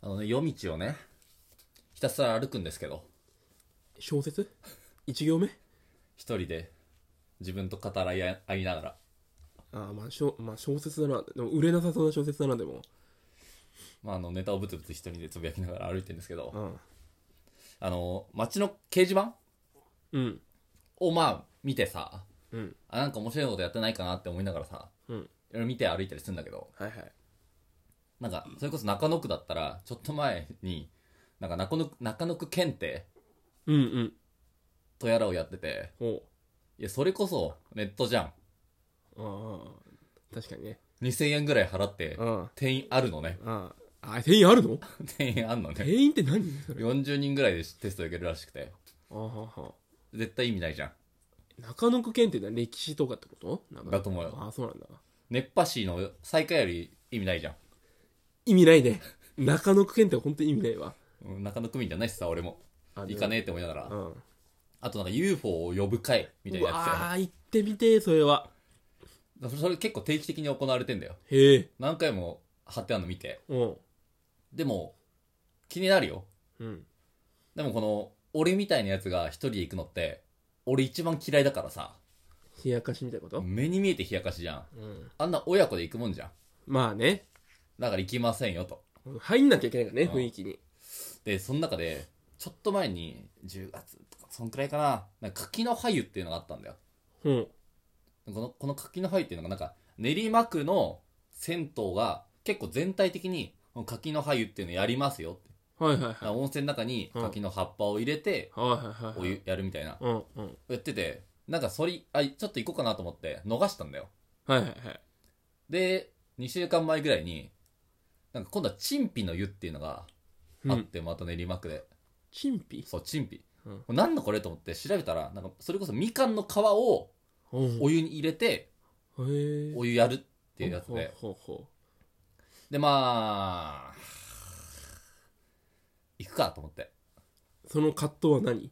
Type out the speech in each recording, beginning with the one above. あのね、夜道をね、ひたすら歩くんですけど、小 説一行目一人で自分と語らい合いながら。ああ、まあ、しょまあ小説だな。でも売れなさそうな小説だな、でも。まあ、あのネタをぶつぶつ一人でつぶやきながら歩いてるんですけど、うん。あの街の掲示板うん。をまあ見てさうん。あなんか面白いことやってないかなって思いながらさうん。いろいろ見て歩いたりするんだけどはいはい。なんかそれこそ中野区だったらちょっと前になんか中野区中野区検定うんうん。とやらをやってておいやそれこそネットじゃああ。確かにね。ん2000円ぐらい払ってうん。あ店員あるのね あ。あ、店員あるの店員あんのね店員って何 それ。 40人ぐらいでテスト受けるらしくてああはあはあ。絶対意味ないじゃん中野区検定だ歴史とかってことなんかだと思うよああ、そうなんだ。熱波師の最下位より意味ないじゃん意味ないね。中野区検定は本当に意味ないわ。うん中野区民じゃないしさ俺もあ行かねえって思いながらうん。うあとなんか UFO を呼ぶ会みたいなやつわあ、行ってみてえ、それは。だからそれ結構定期的に行われてんだよへえ。何回も貼ってあるの見てうん。でも気になるようん。でもこの俺みたいなやつが一人で行くのって俺一番嫌いだからさ冷やかしみたいなこと目に見えて冷やかしじゃんうん。あんな親子で行くもんじゃんまあね。だから行きませんよと入んなきゃいけないからね、うん雰囲気に。でその中でちょっと前に10月とかそんくらいかななんか柿の俳っていうのがあったんだようん。このこの柿の灰っていうのがなんか練馬区の銭湯が結構全体的にこの柿の灰っていうのやりますよってはいはいはい。だから温泉の中に柿の葉っぱを入れてはいはいはい。お湯。やるみたいなうんうん。やっててなんかそれあちょっと行こうかなと思って逃したんだよはいはいはい。で2週間前ぐらいになんか今度はチンピの湯っていうのがあうっん。てまた練馬区でチンピそうチンピうんこれ何のこれと思って調べたらなんかそれこそみかんの皮をおへお湯に入れてえ。っお湯やるっていうやつでほうほうほでまあ行くかと思ってう。その葛藤は何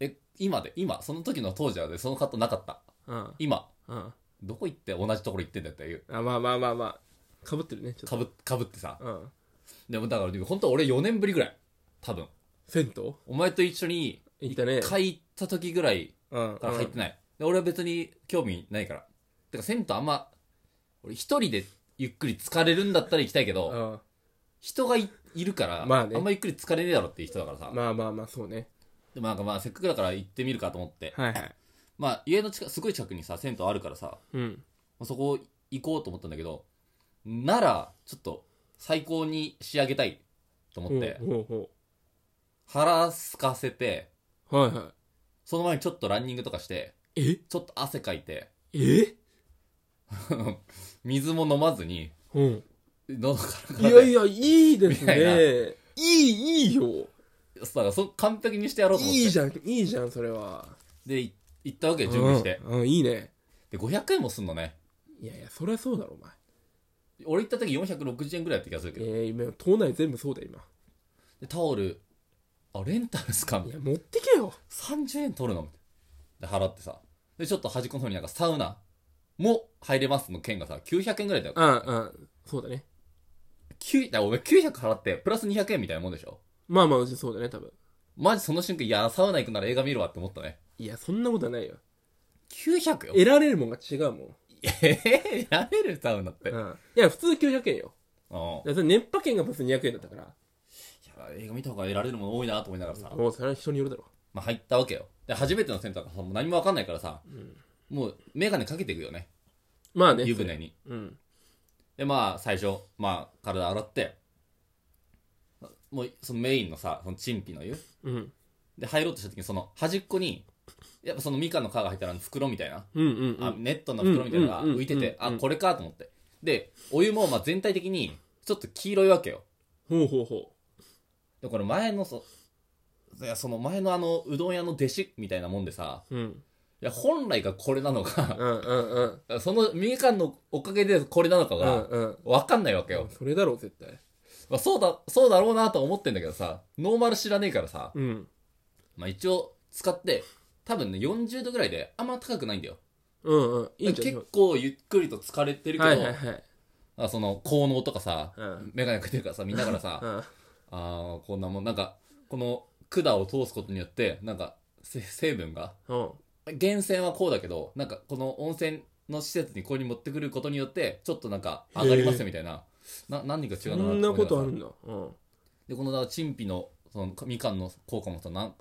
え今で今その時の当時はねそのカットなかったあ今あ。あどこ行って同じところ行ってんだよっていうあ。あまあまあまあまあ。かぶってるね、ちょっかと。ぶかぶってさうん。でもだから本当俺4年ぶりぐらい多分銭湯お前と一緒に行ったね1回行った時ぐらいうん。から入ってない、で俺は別に興味ないからてか銭湯あんま俺一人でゆっくり疲れるんだったら行きたいけど、うん。人がいいるから、まあねんまゆっくり疲れねえだろっていう人だからさ、まあまあまあ、そうね。でもなんかまあせっかくだから行ってみるかと思って、はいはい。まあ家の近くすごい近くにさ銭湯あるからさうん。そこ行こうと思ったんだけどならちょっと最高に仕上げたいと思って、ほうほ腹すかせてうほう。はいはその前にちょっとランニングとかしてい。ちょっと汗かいて ええ水も飲まずにうん。喉からいからやいや、いいですみたいなね。いい、いいよ。だからそ完璧にしてやろうと思っていいじゃん、いいじゃん、それは。でい行ったわけよ準備して、うん、うんいいね。で500円もすんのねいやいや、そりゃそうだろ、お前。俺行った時460円ぐらいやった気がするけど、えー、今、島内全部そうだよ、今。でタオルあレンタルっすかみたいいなや、持ってけよ。 30円取るのみたいなで払ってさでちょっと端っこの方になんかサウナも入れますの券がさ900円ぐらいだようん、うん。そうだね。 9だからお前900払ってプラス200円みたいなもんでしょまあまあ、そうだね、多分。マジその瞬間いやサウナ行くなら映画見るわって思ったねいや、そんなことはないよ。 900よ得られるもんが違うもん。え やめるサウナって、ううん、ん。いや、普通900円よ。いいやそれ熱波券がプラス200円だったから。や映画見た方が得られるもの多いなと思いながらさ、もう、それは人によるだろ。まあ、入ったわけよで初めてのセンターからさもう何も分かんないからさ、もう眼鏡かけていくよねまあね。湯船にうん。でまあ最初、まあ、体洗ってもうそのメインのさそのチンピの湯うん。で入ろうとした時にその端っこにやっぱそのみかんの皮が入ったら袋みたいな、うんうんうあん。ネットの袋みたいなのがうんうんうん浮いてて、うんあこれかと思ってでお湯もまあ全体的にちょっと黄色いわけよほうほうほでこれ前のそいやその前のあのうどん屋の弟子みたいなもんでさう。うん。いや本来がこれなのか、うんうんうん。そのみかんのおかげでこれなのかうんがうん。分かんないわけよ、それだろ、絶対。まあ、そうだそうだろうなとは思ってんだけどさノーマル知らねえからさ、うん。まあ、一応使って多分ね40度ぐらいであんま高くないんだようんうん。いいんじゃない結構ゆっくりと疲れてるけど、はいはいはい。あその、効能とかさ、うんメガネかけてるからさ、見ながらさ、 うあんあーこんなもん、なんか、この管を通すことによって、なんか、せ成分が、うん源泉はこうだけど、なんか、この温泉の施設にこれに持ってくることによって、ちょっとなんか、上がりますよみたいな、な、何が違うそのかんななと思いながらさことあるんだうんで、この、だから、陳皮の、その、みかんの効果もさ、なん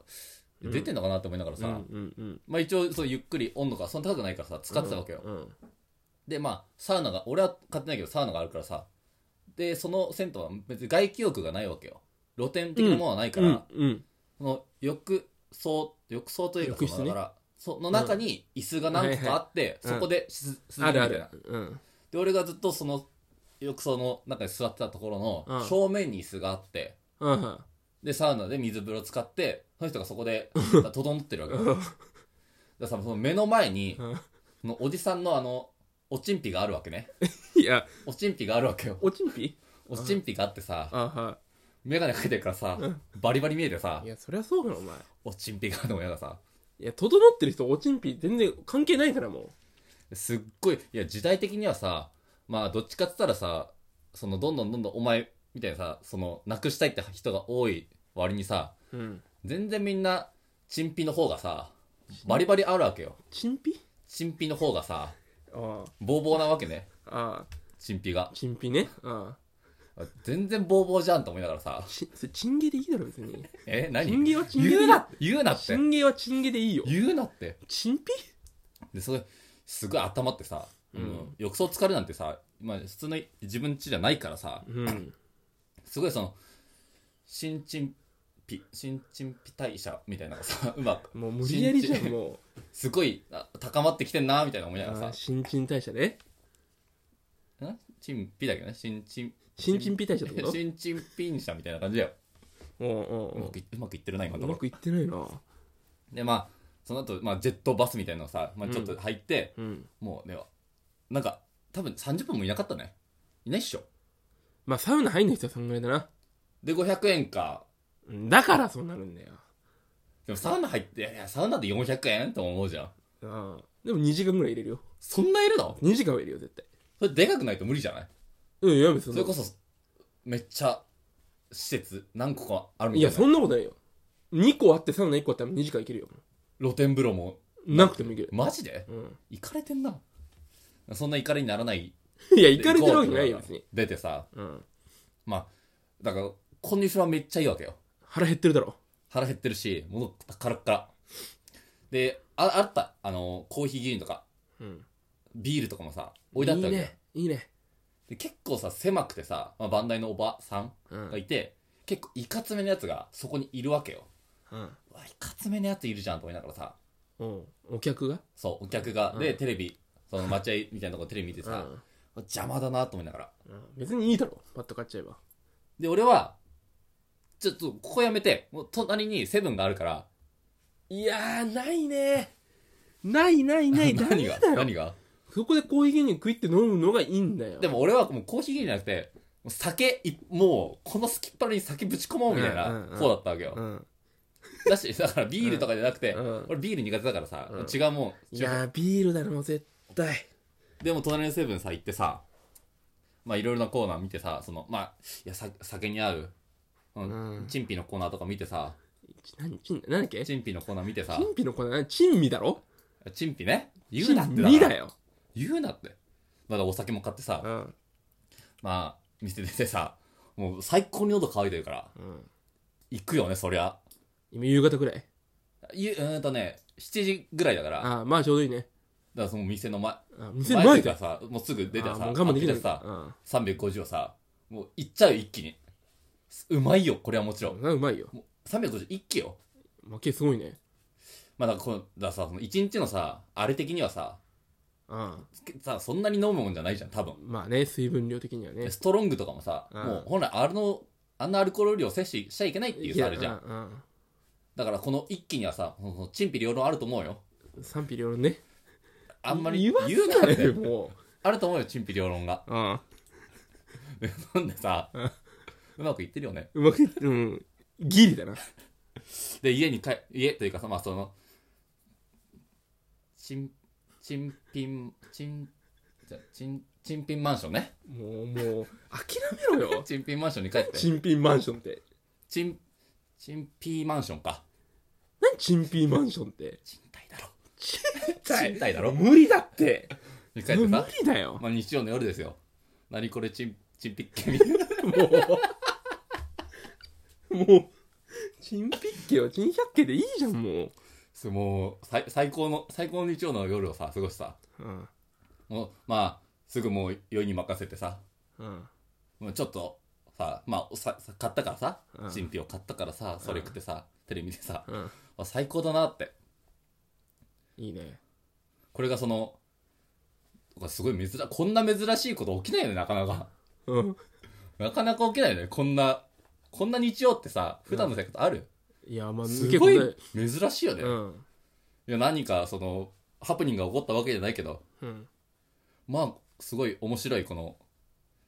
うん出てんのかなって思いながらうさ、んうんうんまあ一応、そう、ゆっくり温度がそんな高くないからさ、使ってたわけよ。うんでまあサウナが俺は買ってないけどサウナがあるからさでその銭湯は別に外気浴がないわけよ露天的なものはないから、うんうんその浴槽浴槽というか浴そ室のねだからその中に椅子が何個かあって、はいはいそこでし涼あみるたあいるなうんで俺がずっとその浴槽の中に座ってたところうのん正面に椅子があって、うんでサウナで水風呂使ってその人がそこ でだから整ってるわけよだからさその目の前にうんそのおじさんのあのおちんぴがあるわけね いやおちんぴがあるわけよおちんぴおちんぴがあってさ、あはメガネかけてるからさうん、バリバリ見えてさいい、やそりゃそうだろお前おちんぴがあるの親がさ、いや整ってる人おちんぴ全然関係ないからもすっごい、いや、時代的にはさ、まあ、どっちかって言ったらさ、その、どんどんどんどんお前、みたいなさ、その、なくしたいって人が多い割にさ、ううん全然みんな、ちんぴの方がさ、バリバリあるわけよ。ちんぴちんぴの方がさ、ああボーボーなわけね、あちんぴがあ。ちんぴねあ全然ボーボーじゃんと思いながらさあ、ちそれチンゲでいいだろ別にえ、チ何ンゲはチンゲ言でいういな、言うなっチて。ンゲはチンゲでいいよ言うなって。チンピでそれすごい頭ってさ、うんあの浴槽浸かるなんてさ、まあ、普通の自分家じゃないからさうんすごいその新陳皮新陳皮代謝みたいなのがさ うまくもう無理やりじゃ新ん陳もうすごいあ高まってきてんなみたいな思いながあらあさ新陳代謝ねん陳皮だけどね新陳新陳皮代謝って こと新陳皮社みたいな感じだようんうんううまんくいうまくいってるな今うのとこまろくいってないなでまあその後、まあジェットバスみたいなのさ、まあ、ちょっと入って、うんもうねなんか多分30分もいなかったねいないっしょまあサウナ入んない人はそんぐらいだなで500円かうんだからそうなるんだよでもサウナ入って、いやいやサウナで400円とも思うじゃん。ああでも2時間ぐらい入れるよそんないるの2時間はいるよ絶対それでかくないと無理じゃないうんやめそんそれなこそ、めっちゃ、施設、何個かあるみいたやいな。そんなことないよ2個あってサウナ1個あったら2時間いけるよ露天風呂も。なくてもいけるマジでうん行かれてんな。そんな行かれにならない。いや行かれてるわけないよ別に出てさ、うんまあ、だから、コンディションはめっちゃいいわけよ。腹減ってるだろ腹減ってるし、もうカラッカラ。で、ああった、あの、コーヒー牛乳とか、うんビールとかもさ、置いてあったわけよ。いいねいいねで結構さ、狭くてさ、まあ、バンダイのおばさんうんがいて、結構いかつめのやつがそこにいるわけよ。うんうわ、いかつめのやついるじゃんと思いながらさ、うんお客がそう、お客が、で、うんテレビ、その待合みたいなところテレビ見てさ、邪魔だなと思いながら。うんうん別にいいだろパッと買っちゃえばで、俺は、ちょっと、ここやめて、もう隣にセブンがあるから、いやーないねないない ないダ何メがだよ何がそこでコーヒー牛乳食いって飲むのがいいんだよでも俺はもうコーヒー牛乳じゃなくて、もう酒い、もう、この隙っ腹に酒ぶち込もうみたいうんうんうな、んこうだったわけよう。んだし、だからビールとかじゃなくてうんうん、俺ビール苦手だからさうん、違うもん、違いうやービールだろもう絶対でも隣のセブンさ行ってさまあいろいろなコーナー見てさそのまあいやさ酒に合う、うんうんチンピのコーナーとか見てさち何チン何だっけチチンピのコーナー見てさンピの粉なチンミだろチンピね言うなってチかンらミだよ言うなってまだお酒も買ってさうんまあ店出てさもう最高に喉乾いてるからうん行くよねそりゃ今夕方ぐらいゆうーんとね7時ぐらいだからだかああまあちょうどいいねらその店の前あ店前前とかかさもうすぐ出てさあもう我慢でき開けないてさうん350をさもう行っちゃうよ一気にうまいよこれはもちろんうまいよ。もう350一気よ負けすごいね。まあだからこのだからさその1日のさあれ的にはさうん。つけさそんなに飲むもんじゃないじゃん多分まあね、水分量的にはね。ストロングとかもさ、うんもう本来あのあんなアルコール量を摂取しちゃいけないっていうさあれじゃん、ん。だからこの一気にはさそのチンピ両論あると思うようん。賛否両論ね。 あんまりわ言うなっせてよもあると思うよチンピ両論が う。うん。なんでさうまくいってるよねうまくいっ、うん。ギリだな。で家に帰家というかさまあそのチンチンピンチンじゃチン珍品マンションね。。もう、もう、諦めろよ珍品マンションに帰って。珍品マンションって。珍、珍品マンションか。何珍品マンションって。賃貸だろ。賃賃貸だろ無理だって。に帰っ無て理さ。だよ。 まあ日曜の夜ですよ。何これ珍、珍品系もう、珍百景は珍百景でいいじゃん、もう。 そうもう最最高の最高の日曜の夜をさ過ごしてさうん。もうまあすぐもう酔いに任せてさうん。もうちょっとさまあおささ買ったからさうん新品を買ったからさそれ食ってさテレビでさうん。あ最高だなっていいね。これがそのこれすごい珍こんな珍しいこと起きないよねなかなかうん。なかなか起きないよねこんなこんな日曜ってさ普段の生活ある、いや、まあ、すごい結珍しいよね、構ねいうん。や何かそのハプニングが起こったわけじゃないけどうん。まあすごい面白いこの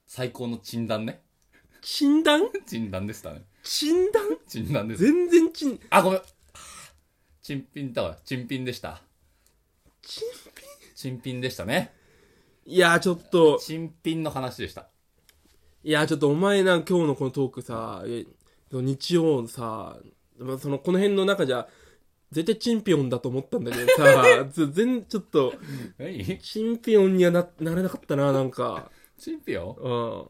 最高の珍談ね 診断診断でしたね。診断診断です。全然ちん、あ、ごめん。珍品だわ。珍品でした。ちん、珍品でしたね。いや、ちょっと、珍品の話でした。いや、ちょっとお前な、今日のこのトークさ、え日曜さ、まあその、この辺の中じゃ、絶対チンピオンだと思ったんだけどさ、 ず全、ちょっと、何チンピオンにはな、なれなかったな、なんか。珍品よ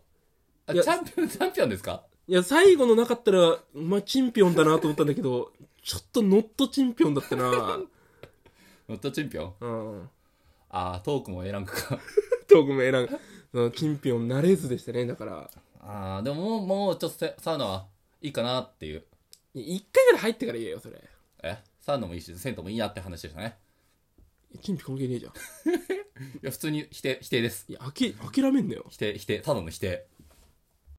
うん。あ、いチやャンピオン、チャンピオンですかいや、最後のなかったら、まあ、チンピオンだなと思ったんだけど、ちょっとノットチンピオンだったな。ノットチンピオンうん。あー、トークも A ランクか。トーク名なんか、そのチンピオンなれずでしたね、だから。あー、でももう、もうちょっとせサウナはいいかなっていう。いや一回ぐらい入ってから言えよ、それ。えサウナもいいし、銭湯もいいなって話でしたね。チンピ関係ねえじゃん。いや、普通に否定、否定です。いや、あき、諦めんなよ。否定、否定、ただの否定。